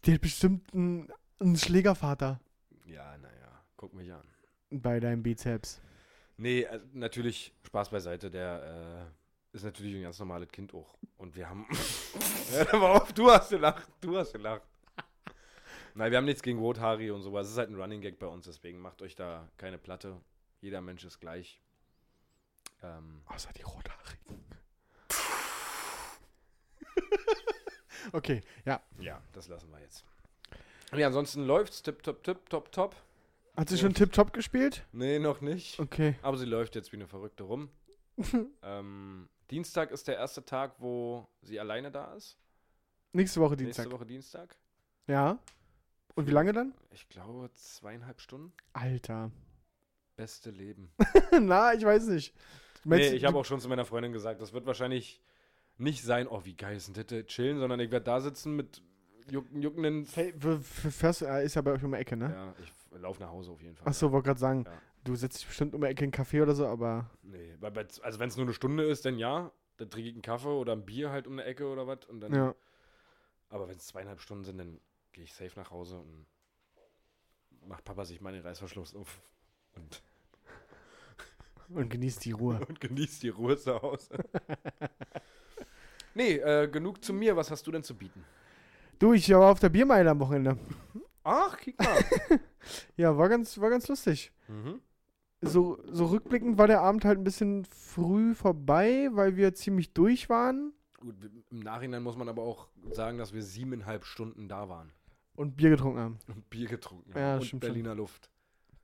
Die hat bestimmt einen, einen Schlägervater
Ja, naja, guck mich an.
bei deinem Bizeps.
Nee, also natürlich, Spaß beiseite, der äh, ist natürlich ein ganz normales Kind auch. Und wir haben. Hör doch mal auf, du hast gelacht, du hast gelacht. Nein, wir haben nichts gegen Rothaari und sowas. Es ist halt ein Running Gag bei uns, deswegen macht euch da keine Platte. Jeder Mensch ist gleich. Ähm,
Außer die Rothaarigen. Okay, ja.
Ja, das lassen wir jetzt. Ja, ansonsten läuft's. Tipp, tipp, tipp, top, top.
Hat sie schon Tip-Top gespielt?
Nee, noch nicht.
Okay.
Aber sie läuft jetzt wie eine Verrückte rum. ähm, Dienstag ist der erste Tag, wo sie alleine da ist.
Nächste Woche Dienstag.
Nächste Woche Dienstag.
Ja. Und wie lange dann?
Ich glaube zweieinhalb Stunden.
Alter.
Beste Leben.
Na, ich weiß nicht. Du meinst,
nee, ich habe auch schon zu meiner Freundin gesagt, das wird wahrscheinlich nicht sein, oh, wie geil ist denn das, äh, chillen, sondern ich werde da sitzen mit juck, juckenden.
Hey, w- f- fährst, äh, ist ja bei euch um die Ecke, ne?
Ja, ich laufe nach Hause auf jeden Fall.
Achso, wollte gerade sagen,
Ja.
du setzt dich bestimmt um die Ecke in einen Café oder so, aber
Nee, weil, bei- also wenn es nur eine Stunde ist, dann ja, dann trinke ich einen Kaffee oder ein Bier halt um eine Ecke oder was. Und dann,
ja.
Aber wenn es zweieinhalb Stunden sind, dann gehe ich safe nach Hause und macht Papa sich mal den Reißverschluss auf und,
Und genießt die Ruhe.
und genießt die Ruhe zu Hause. nee, äh, genug zu mir. Was hast du denn zu bieten?
Du, ich war auf der Biermeile am Wochenende.
Ach, kick mal.
Ja, war ganz, war ganz lustig.
mhm.
So, so rückblickend war der Abend halt ein bisschen früh vorbei, weil wir ziemlich durch waren
Gut, im Nachhinein muss man aber auch sagen, dass wir siebeneinhalb Stunden da waren
und Bier getrunken haben.
und Bier getrunken haben
Ja,
und
stimmt,
Berliner Luft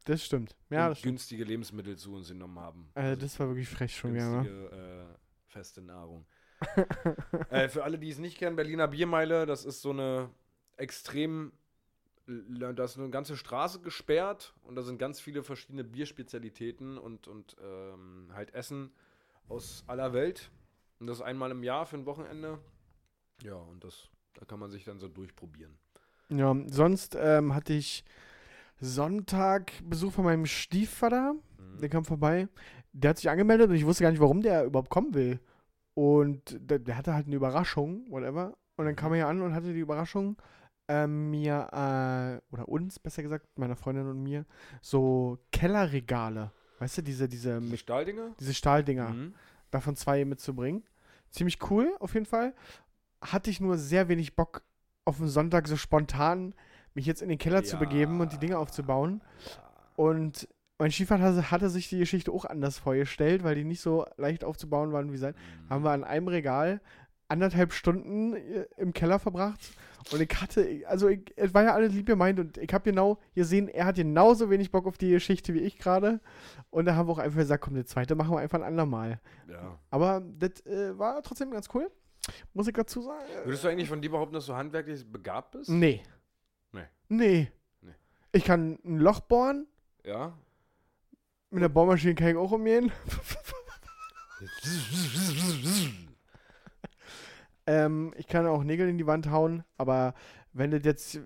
Das stimmt. Ja,
und
das stimmt.
günstige Lebensmittel zu uns genommen haben.
Äh, das war wirklich frech ne? schon wieder. wa?
günstige äh, feste Nahrung. äh, für alle, die es nicht kennen, Berliner Biermeile, das ist so eine extrem, da ist eine ganze Straße gesperrt und da sind ganz viele verschiedene Bierspezialitäten und, und ähm, halt Essen aus aller Welt. Und das einmal im Jahr für ein Wochenende. Ja, und das, da kann man sich dann so durchprobieren.
Ja, sonst ähm, hatte ich Sonntag Besuch von meinem Stiefvater.
Mhm.
Der kam vorbei. Der hat sich angemeldet und ich wusste gar nicht, warum der überhaupt kommen will. Und der, der hatte halt eine Überraschung, whatever. Und
Mhm.
dann kam er hier an und hatte die Überraschung, ähm, mir, äh, oder uns besser gesagt, meiner Freundin und mir, so Kellerregale. Weißt du, diese, diese,
Mit
mit,
Stahldinger?
diese Stahldinger
Mhm.
davon zwei mitzubringen. Ziemlich cool, auf jeden Fall. Hatte ich nur sehr wenig Bock, auf den Sonntag so spontan mich jetzt in den Keller zu
Ja.
begeben und die Dinge aufzubauen. Und mein Stiefvater hatte- hatte sich die Geschichte auch anders vorgestellt, weil die nicht so leicht aufzubauen waren wie sein.
Mhm.
Haben wir an einem Regal anderthalb Stunden äh, im Keller verbracht. Und ich hatte, also ich, es war ja alles lieb gemeint und ich habe genau gesehen, er hat genauso wenig Bock auf die Geschichte wie ich gerade. Und da haben wir auch einfach gesagt, komm, eine zweite machen wir einfach ein andermal.
Ja.
Aber das äh, war trotzdem ganz cool. Muss ich dazu sagen.
Würdest du eigentlich von dir behaupten, dass du handwerklich begabt bist?
Nee.
Nee.
Nee.
Nee.
Ich kann ein Loch bohren.
Ja.
Mit der Bohrmaschine kann ich auch umgehen. Ähm, ich kann auch Nägel in die Wand hauen. Aber wenn das jetzt.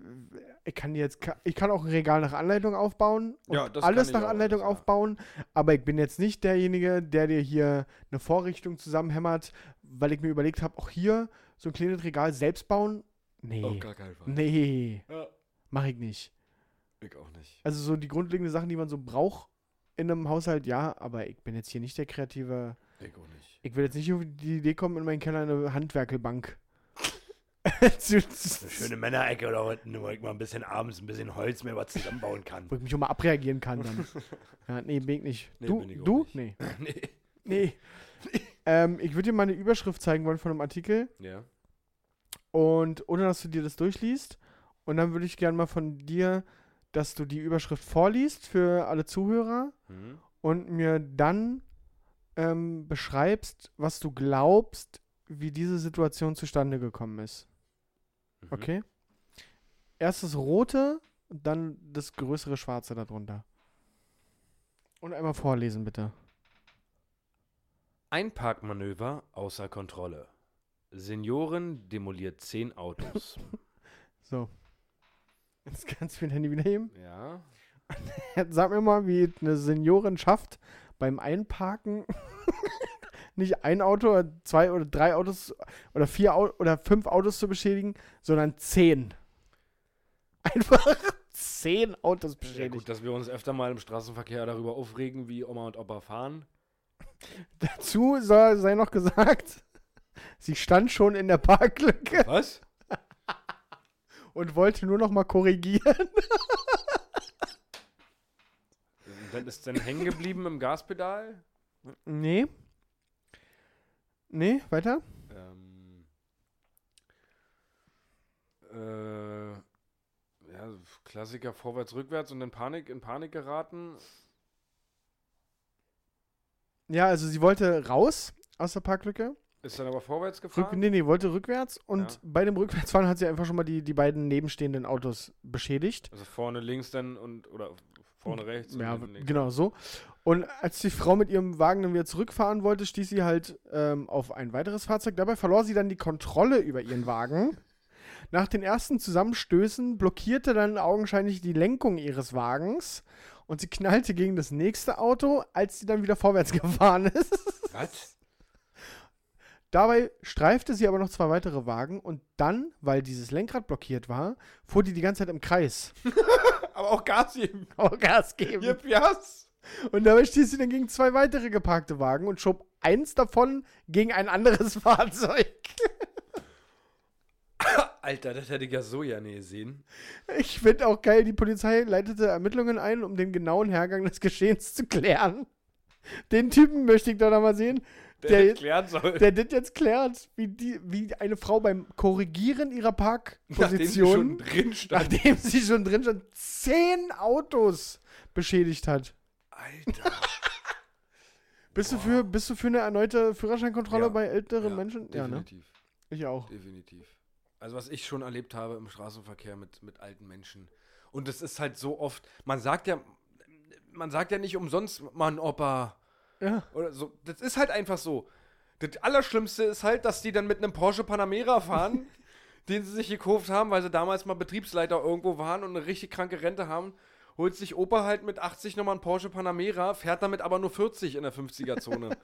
Ich kann jetzt. ka- Ich kann auch ein Regal nach Anleitung aufbauen. Und
Ja, das kann
alles
ich
nach
auch,
Anleitung
ja.
aufbauen. Aber ich bin jetzt nicht derjenige, der dir hier eine Vorrichtung zusammenhämmert, weil ich mir überlegt habe, auch hier so ein kleines Regal selbst bauen. Nee.
Auf gar keinen Fall.
Nee.
Ja,
Mach ich nicht.
ich auch nicht.
Also so die grundlegenden Sachen, die man so braucht in einem Haushalt, ja, aber ich bin jetzt hier nicht der kreative.
Ich auch nicht.
Ich will jetzt nicht auf die Idee kommen, in meinen Keller eine Handwerkelbank. zu, zu,
Männerecke oder unten, wo ich mal ein bisschen abends ein bisschen Holz mir was zusammenbauen kann.
wo ich mich auch mal abreagieren kann dann. ja, nee, bin ich nicht.
Nee,
du?
bin ich auch
du?
nicht.
Nee.
nee.
Nee. ähm, ich würde dir mal eine Überschrift zeigen wollen von einem Artikel
Ja.
und ohne dass du dir das durchliest. Und dann würde ich gerne mal von dir, dass du die Überschrift vorliest für alle Zuhörer.
Mhm.
und mir dann ähm, beschreibst, was du glaubst, wie diese Situation zustande gekommen ist.
Mhm.
Okay? Erst das rote, dann das größere schwarze darunter. Und einmal vorlesen, bitte.
Einparkmanöver außer Kontrolle. Senioren demoliert zehn Autos.
So. Jetzt kannst du mein Handy wiederheben.
ja.
Jetzt Sag mir mal, wie eine Seniorin schafft, beim Einparken nicht ein Auto, oder zwei oder drei Autos oder vier Au oder fünf Autos zu beschädigen, sondern zehn. Einfach zehn Autos
ja. Gut,
beschädigt.
dass wir uns öfter mal im Straßenverkehr darüber aufregen, wie Oma und Opa fahren.
Dazu soll, sei noch gesagt, sie stand schon in der Parklücke
Was?
und wollte nur noch mal korrigieren.
Und dann ist dann hängen geblieben im Gaspedal.
Nee. Nee, weiter.
Ähm, äh, ja, Klassiker vorwärts, rückwärts und in Panik, in Panik geraten.
Ja, also sie wollte raus aus der Parklücke.
Ist dann aber vorwärts gefahren.
Rück, nee, nee, wollte rückwärts und
Ja.
bei dem Rückwärtsfahren hat sie einfach schon mal die, die beiden nebenstehenden Autos beschädigt.
Also vorne links dann und oder vorne rechts. und
Ja,
hinten links.
genau so. Und als die Frau mit ihrem Wagen dann wieder zurückfahren wollte, stieß sie halt ähm, auf ein weiteres Fahrzeug. Dabei verlor sie dann die Kontrolle über ihren Wagen. Nach den ersten Zusammenstößen blockierte dann augenscheinlich die Lenkung ihres Wagens und sie knallte gegen das nächste Auto, als sie dann wieder vorwärts gefahren ist.
Was?
Dabei streifte sie aber noch zwei weitere Wagen und dann, weil dieses Lenkrad blockiert war, fuhr die die ganze Zeit im Kreis.
Aber auch Gas geben.
Oh, Gas geben.
Yep, yes.
Und dabei stieß sie dann gegen zwei weitere geparkte Wagen und schob eins davon gegen ein anderes Fahrzeug.
Alter, das hätte ich ja so ja nie gesehen.
Ich finde auch geil, die Polizei leitete Ermittlungen ein, um den genauen Hergang des Geschehens zu klären. Den Typen möchte ich doch noch mal sehen,
Der,
Der-
hätte klären soll.
der das jetzt klärt, wie, die, wie eine Frau beim Korrigieren ihrer
nachdem sie schon
Parkposition,
drin stand.
nachdem sie schon drin stand, zehn Autos beschädigt hat.
Alter.
Bist, du für, bist du für eine erneute Führerscheinkontrolle
Ja,
bei älteren
Ja,
Menschen? Ja, ne?
Definitiv.
Ich auch.
Definitiv. Also was ich schon erlebt habe im Straßenverkehr mit, mit alten Menschen. Und es ist halt so oft, man sagt ja, man sagt ja nicht umsonst, Mann, Opa.
Ja.
Oder so. Das ist halt einfach so. Das Allerschlimmste ist halt, dass die dann mit einem Porsche Panamera fahren, den sie sich gekauft haben, weil sie damals mal Betriebsleiter irgendwo waren und eine richtig kranke Rente haben. Holt sich Opa halt mit 80 nochmal einen Porsche Panamera, fährt damit aber nur 40 in der 50er-Zone.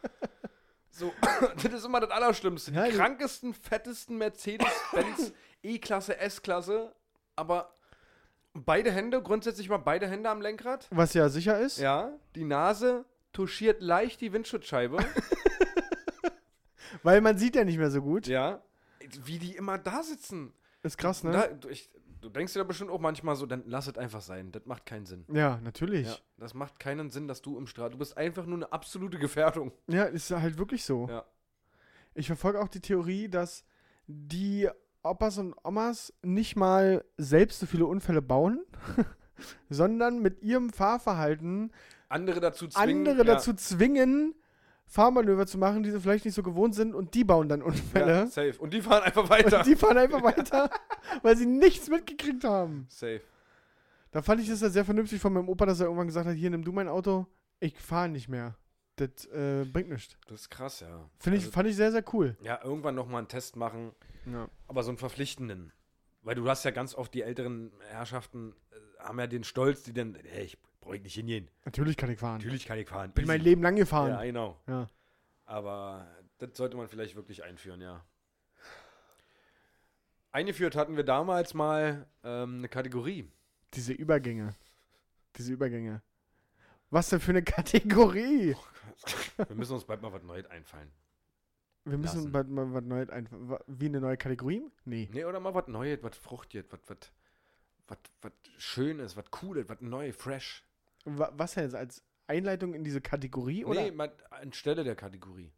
so, das ist immer das Allerschlimmste. Die
Ja, die-
krankesten, fettesten Mercedes-Benz E-Klasse, S-Klasse, aber beide Hände, grundsätzlich mal beide Hände am Lenkrad.
Was ja sicher ist.
Ja, die Nase touchiert leicht die Windschutzscheibe.
Weil man sieht ja nicht mehr so gut.
ja. Wie die immer da sitzen.
Ist krass, ne?
Da, du, ich, du denkst dir da bestimmt auch manchmal so, dann lass es einfach sein. Das macht keinen Sinn.
ja, natürlich.
Ja, das macht keinen Sinn, dass du im Strahl. Du bist einfach nur eine absolute Gefährdung.
Ja. ist halt wirklich so.
Ja.
Ich verfolge auch die Theorie, dass die Opas und Omas nicht mal selbst so viele Unfälle bauen, sondern mit ihrem Fahrverhalten
Andere dazu zwingen.
andere dazu zwingen, Fahrmanöver zu machen, die sie vielleicht nicht so gewohnt sind und die bauen dann
ja,
Unfälle.
ja, safe. Und die fahren einfach weiter.
Und die fahren einfach weiter, weil sie nichts mitgekriegt haben.
safe.
Da fand ich das ja sehr vernünftig von meinem Opa, dass er irgendwann gesagt hat, hier, nimm du mein Auto, ich fahre nicht mehr. Das äh, bringt nichts.
Das ist krass, ja.
Finde ich,
Also,
fand ich sehr, sehr cool.
ja, irgendwann nochmal einen Test machen.
Ja.
Aber so einen verpflichtenden. Weil du hast ja ganz oft die älteren Herrschaften äh, haben ja den Stolz, die dann, hey, ich bräuchte nicht hingehen.
Natürlich kann ich fahren.
Natürlich kann ich fahren.
Bin mein
Easy.
Leben lang
Ja,
gefahren.
genau.
Ja.
Aber das sollte man vielleicht wirklich einführen, ja. Eingeführt hatten wir damals mal ähm, eine Kategorie.
Diese Übergänge. Diese Übergänge. Was denn für eine Kategorie?
Wir müssen uns bald mal was Neues einfallen.
Wir müssen
Lassen.
bald mal was Neues einfach. wa- Wie eine neue Kategorie? Nee.
Nee, oder mal was Neues, was fruchtiges, was, was, was, was Schönes, was Cooles, was Neues, fresh.
Wa was denn jetzt? Als Einleitung in diese Kategorie? Oder?
Nee,
Nee.
mal anstelle der Kategorie.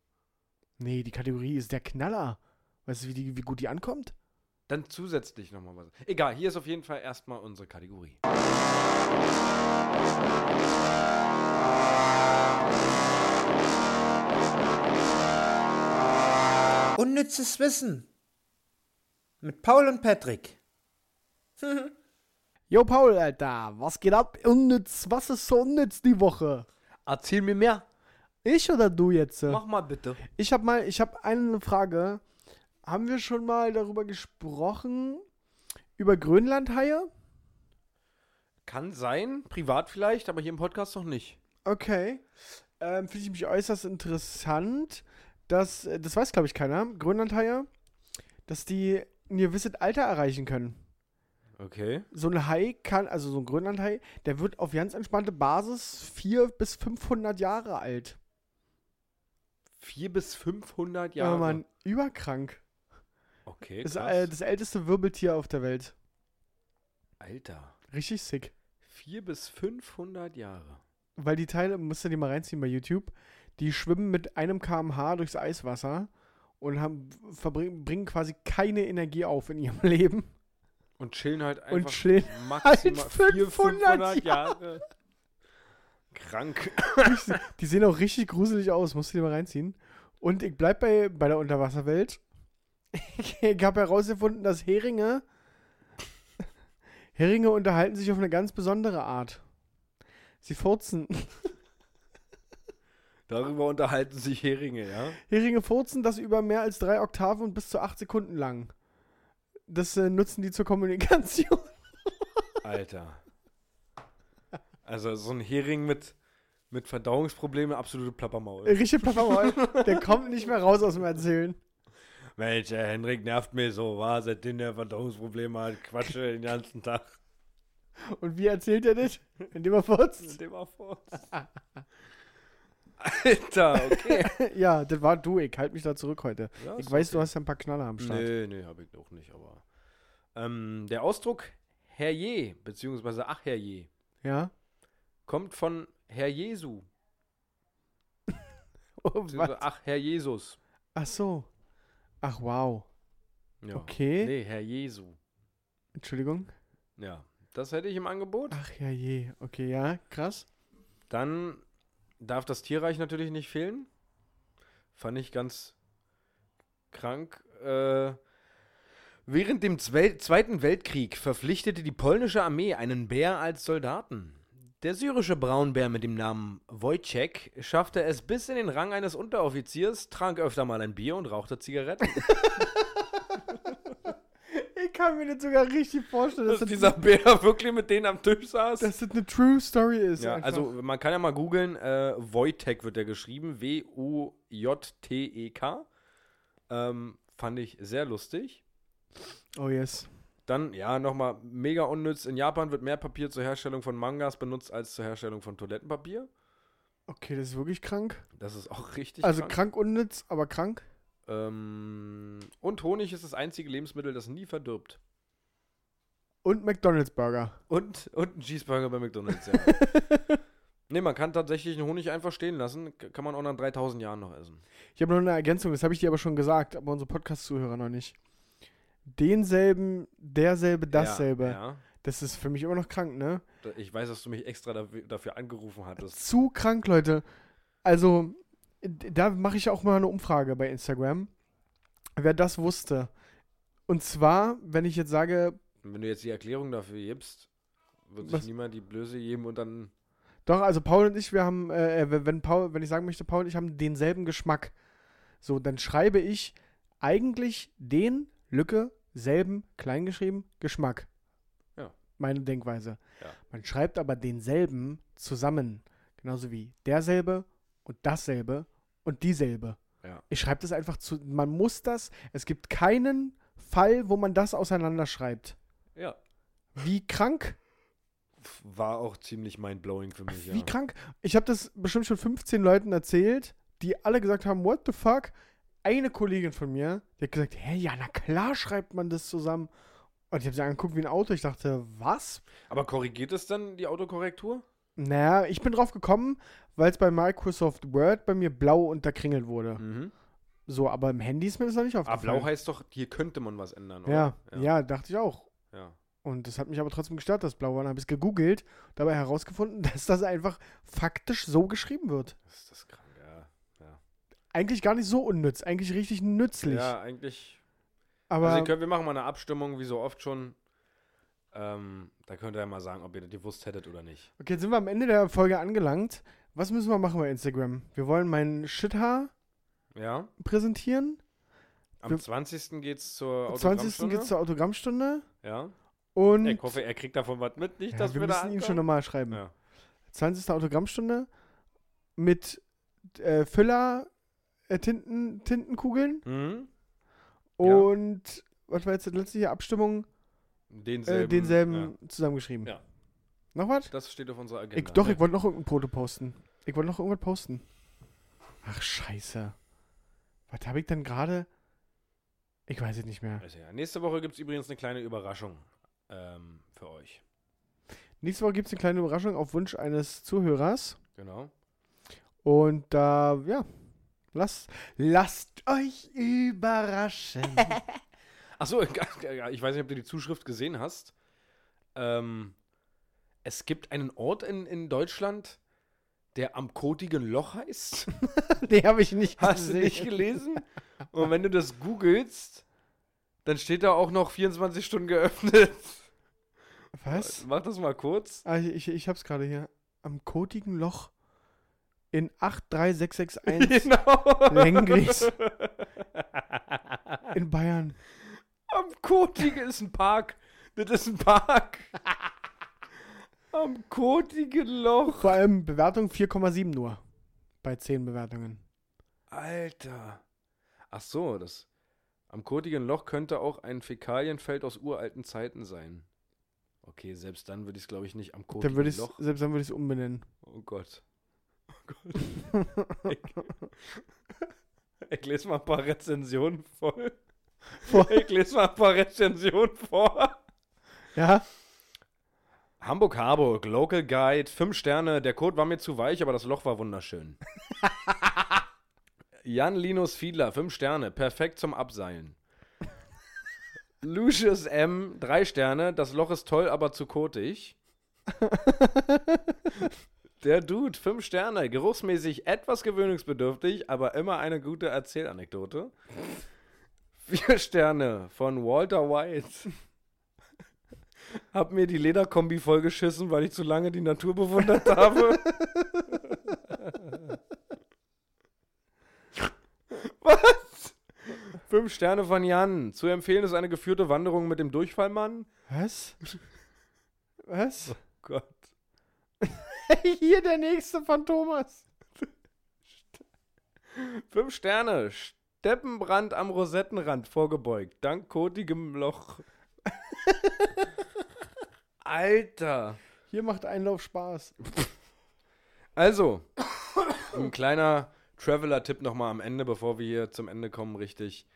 nee, die Kategorie ist der Knaller. Weißt du, wie, die, wie gut die ankommt?
Dann zusätzlich nochmal was. Egal, hier ist auf jeden Fall erstmal unsere Kategorie.
Unnützes Wissen. Mit Paul und Patrick.
Jo, Paul, Alter. Was geht ab? Unnütz. Was ist so unnütz die Woche?
Erzähl mir mehr.
Ich oder du jetzt?
Mach mal bitte.
Ich habe mal, ich habe eine Frage. Haben wir schon mal darüber gesprochen über Grönlandhaie?
Kann sein, privat vielleicht, aber hier im Podcast noch nicht.
Okay. Ähm, Finde ich mich äußerst interessant, dass äh, das weiß glaube ich keiner. Grönlandhaie, dass die ein gewisses Alter erreichen können.
Okay.
So ein Hai kann, also so ein Grönlandhai, der wird auf ganz entspannte Basis 400 bis 500 Jahre alt.
4 bis 500
Ja,
Jahre.
man, überkrank.
Okay,
Ist
krass.
äh, das älteste Wirbeltier auf der Welt.
Alter,
Richtig sick.
4 bis 500 Jahre.
weil die Teile, musst du die mal reinziehen bei YouTube, die schwimmen mit einem kmh durchs Eiswasser und haben, verbringen, bringen quasi keine Energie auf in ihrem Leben.
Und chillen halt einfach
und chillen.
maximal
halt
400,
500
Jahre. Krank.
Die sehen auch richtig gruselig aus, musst du dir mal reinziehen. Und ich bleib bei, bei der Unterwasserwelt. Ich habe herausgefunden, dass Heringe Heringe unterhalten sich auf eine ganz besondere Art. Sie furzen.
Darüber unterhalten sich Heringe, ja?
Heringe furzen das über mehr als drei Oktaven und bis zu acht Sekunden lang. Das äh, nutzen die zur Kommunikation.
Alter. Also so ein Hering mit, mit Verdauungsprobleme, absolute Plappermaul.
Richard Pfeffermaul, der kommt nicht mehr raus aus dem Erzählen.
Mensch, der Henrik nervt mir so, war seitdem der Verdauungsprobleme hat, quatsche den ganzen Tag.
Und wie erzählt er das? Indem er furzt.
Mit dem Erfolg. Alter, okay.
Ja, das war du, ich halt mich da zurück heute.
Ja,
Ich
ist
weiß, du hast ja ein paar Knaller am Start.
Nee, nee, habe ich auch nicht, aber. Ähm, der Ausdruck Herrje, beziehungsweise Ach Herrje,
Ja?
kommt von Herr Jesu,
Oh,
beziehungsweise
was?
Ach Herr Jesus.
Ach so. Ach wow.
Ja.
Okay.
Nee, Herr Jesu.
Entschuldigung.
Ja, das hätte ich im Angebot.
Ach ja je. Okay, ja, krass.
Dann darf das Tierreich natürlich nicht fehlen. Fand ich ganz krank. Äh, während dem Zwe Zweiten Weltkrieg verpflichtete die polnische Armee einen Bär als Soldaten. Der syrische Braunbär mit dem Namen Wojciech schaffte es bis in den Rang eines Unteroffiziers, trank öfter mal ein Bier und rauchte Zigaretten.
Ich kann mir das sogar richtig vorstellen, dass,
Dass
das,
dieser Bär wirklich mit denen am Tisch saß.
dass das eine True Story ist.
Ja,
einfach.
also man kann ja mal googeln, äh, Wojtek wird der geschrieben, W-O-J-T-E-K. E Ähm, fand ich sehr lustig.
Oh yes.
Dann, ja, nochmal mega unnütz. In Japan wird mehr Papier zur Herstellung von Mangas benutzt als zur Herstellung von Toilettenpapier.
Okay, das ist wirklich krank.
Das ist auch richtig.
also
krank.
krank unnütz, aber krank.
Ähm, und Honig ist das einzige Lebensmittel, das nie verdirbt.
Und McDonalds Burger.
Und, und ein Cheeseburger bei McDonalds, ja. nee, man kann tatsächlich den Honig einfach stehen lassen. K- Kann man auch nach 3000 Jahren noch essen.
Ich habe noch eine Ergänzung, das habe ich dir aber schon gesagt, aber unsere Podcast-Zuhörer noch nicht. Denselben, derselbe, dasselbe.
Ja, ja.
Das ist für mich immer noch krank, ne?
Da- Ich weiß, dass du mich extra dafür- dafür angerufen hattest.
zu krank, Leute. Also, d- da mache ich auch mal eine Umfrage bei Instagram. Wer das wusste. Und zwar, wenn ich jetzt sage,
Und wenn du jetzt die Erklärung dafür gibst, wird sich
Was?
niemand die Blöße geben und dann.
doch, also Paul und ich, wir haben, äh, wenn- wenn Paul, wenn ich sagen möchte, Paul und ich haben denselben Geschmack. So, dann schreibe ich eigentlich den Lücke selben kleingeschrieben Geschmack.
Ja.
Meine Denkweise.
Ja.
Man schreibt aber denselben zusammen. Genauso wie derselbe und dasselbe und dieselbe.
Ja.
Ich schreibe das einfach zu. Man muss das. Es gibt keinen Fall, wo man das auseinanderschreibt.
Ja.
Wie krank?
Pff, War auch ziemlich mindblowing für mich, ja.
Wie krank? Ich habe das bestimmt schon 15 Leuten erzählt, die alle gesagt haben, what the fuck? Eine Kollegin von mir, die hat gesagt, hä, ja, na klar schreibt man das zusammen. Und ich habe sie angeguckt wie ein Auto. Ich dachte, was?
Aber korrigiert es dann die Autokorrektur?
Naja, ich bin drauf gekommen, weil es bei Microsoft Word bei mir blau unterkringelt wurde.
Mhm.
So, aber im Handy ist mir das noch nicht
Aber
aufgefallen.
blau halt heißt doch, hier könnte man was ändern,
ja,
oder?
ja, dachte ich auch.
ja.
Und das hat mich aber trotzdem gestört, dass blau war. Dann habe ich es gegoogelt, dabei herausgefunden, dass das einfach faktisch so geschrieben wird.
Das ist das krank, ja.
Eigentlich gar nicht so unnütz, eigentlich richtig nützlich.
Ja, eigentlich.
aber
also, ihr könnt, wir machen mal eine Abstimmung, wie so oft schon. Ähm, da könnt ihr ja mal sagen, ob ihr das gewusst hättet oder nicht.
okay, jetzt sind wir am Ende der Folge angelangt. Was müssen wir machen bei Instagram? Wir wollen meinen Shithaar
Ja?
präsentieren.
Am
Wir-
20. geht's zur
Am 20.
Autogrammstunde.
geht es zur Autogrammstunde.
Ja.
Und
Ich hoffe, er kriegt davon was mit, nicht,
ja,
dass
wir
wir, da
müssen ihm schon nochmal schreiben.
Ja.
20. Autogrammstunde mit äh, Füller, äh, Tinten, Tintenkugeln
Mhm. Ja.
und was war jetzt die letzte hier? Abstimmung?
Denselben.
Äh, denselben zusammengeschrieben.
Ja.
Noch was?
Ja. Das steht auf unserer Agenda.
Ich, doch, ich wollte noch irgendein Foto posten. Ich wollte noch irgendwas posten. Ach, scheiße. Was habe ich denn gerade? Ich weiß es nicht mehr.
Also ja. Nächste Woche gibt es übrigens eine kleine Überraschung ähm, für euch.
Nächste Woche gibt es eine kleine Überraschung auf Wunsch eines Zuhörers.
Genau.
Und da, ja, lasst, lasst euch überraschen.
Achso, ich weiß nicht, ob du die Zuschrift gesehen hast. Ähm, es gibt einen Ort in, in Deutschland, der am kotigen Loch heißt.
Nee, habe ich nicht
Hast du
gesehen.
nicht gelesen? Und wenn du das googelst, dann steht da auch noch 24 Stunden geöffnet.
Was?
Mach das mal kurz.
Ah, ich, ich, ich hab's gerade hier. Am kotigen Loch in 83661
Genau.
Lengries in Bayern.
Am Kotigen ist ein Park. Das ist ein Park. Am Kotigen Loch.
Vor allem Bewertung 4,7 nur. Bei 10 Bewertungen.
Alter. Ach so, das. Am Kotigen Loch könnte auch ein Fäkalienfeld aus uralten Zeiten sein. Okay, selbst dann würde ich es, glaube ich, nicht am
Dann
Kotigen
würde ich
Loch.
selbst dann würde ich es umbenennen.
Oh Gott. Oh Gott. ich, ich lese mal ein paar Rezensionen voll.
Voll.
Ich lese mal ein paar Rezensionen vor.
Ja?
Hamburg Harburg, Local Guide, 5 Sterne. Der Code war mir zu weich, aber das Loch war wunderschön. Jan Linus Fiedler, 5 Sterne. Perfekt zum Abseilen. Lucius M, 3 Sterne. Das Loch ist toll, aber zu kotig. Der Dude, 5 Sterne. Geruchsmäßig etwas gewöhnungsbedürftig, aber immer eine gute Erzählanekdote. 4 Sterne von Walter White. Hab mir die Lederkombi vollgeschissen, weil ich zu lange die Natur bewundert habe. Was? Fünf Sterne von Jan. Zu empfehlen ist eine geführte Wanderung mit dem Durchfallmann.
Was? Was?
Gott.
Hier der nächste von Thomas.
Fünf Sterne. Steppenbrand am Rosettenrand vorgebeugt. Dank kotigem Loch. Alter.
Hier macht Einlauf Spaß.
Also, ein kleiner Traveler-Tipp nochmal am Ende, bevor wir hier zum Ende kommen, richtig.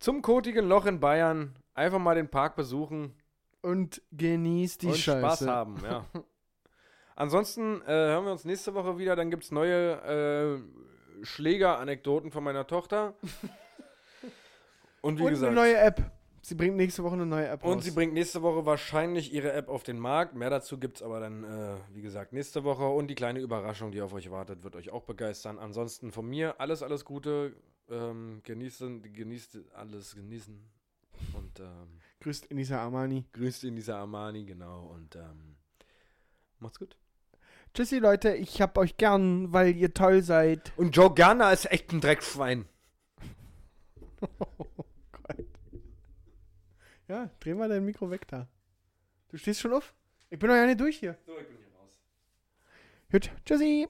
Zum kotigen Loch in Bayern einfach mal den Park besuchen
Und genießt die
und
Scheiße.
Spaß haben, ja. Ansonsten äh, hören wir uns nächste Woche wieder, dann gibt es neue äh, Schläger-Anekdoten von meiner Tochter. Und wie
Und
gesagt,
eine neue App. Sie bringt nächste Woche eine neue App
und
raus.
sie bringt nächste Woche wahrscheinlich ihre App auf den Markt. Mehr dazu gibt es aber dann, äh, wie gesagt, nächste Woche. Und die kleine Überraschung, die auf euch wartet, wird euch auch begeistern. Ansonsten von mir alles, alles Gute. Ähm, genießen, genießt alles, genießen. Und ähm,
Grüßt Inisa Armani.
grüßt in dieser Armani, genau. Und ähm, macht's gut.
Tschüssi Leute, ich hab euch gern, weil ihr toll seid.
Und Joe Garner ist echt ein Dreckschwein.
Oh Ja, dreh mal dein Mikro weg da. Du stehst schon auf? Ich bin noch ja nicht durch hier.
So, ich bin hier raus.
Gut, tschüssi.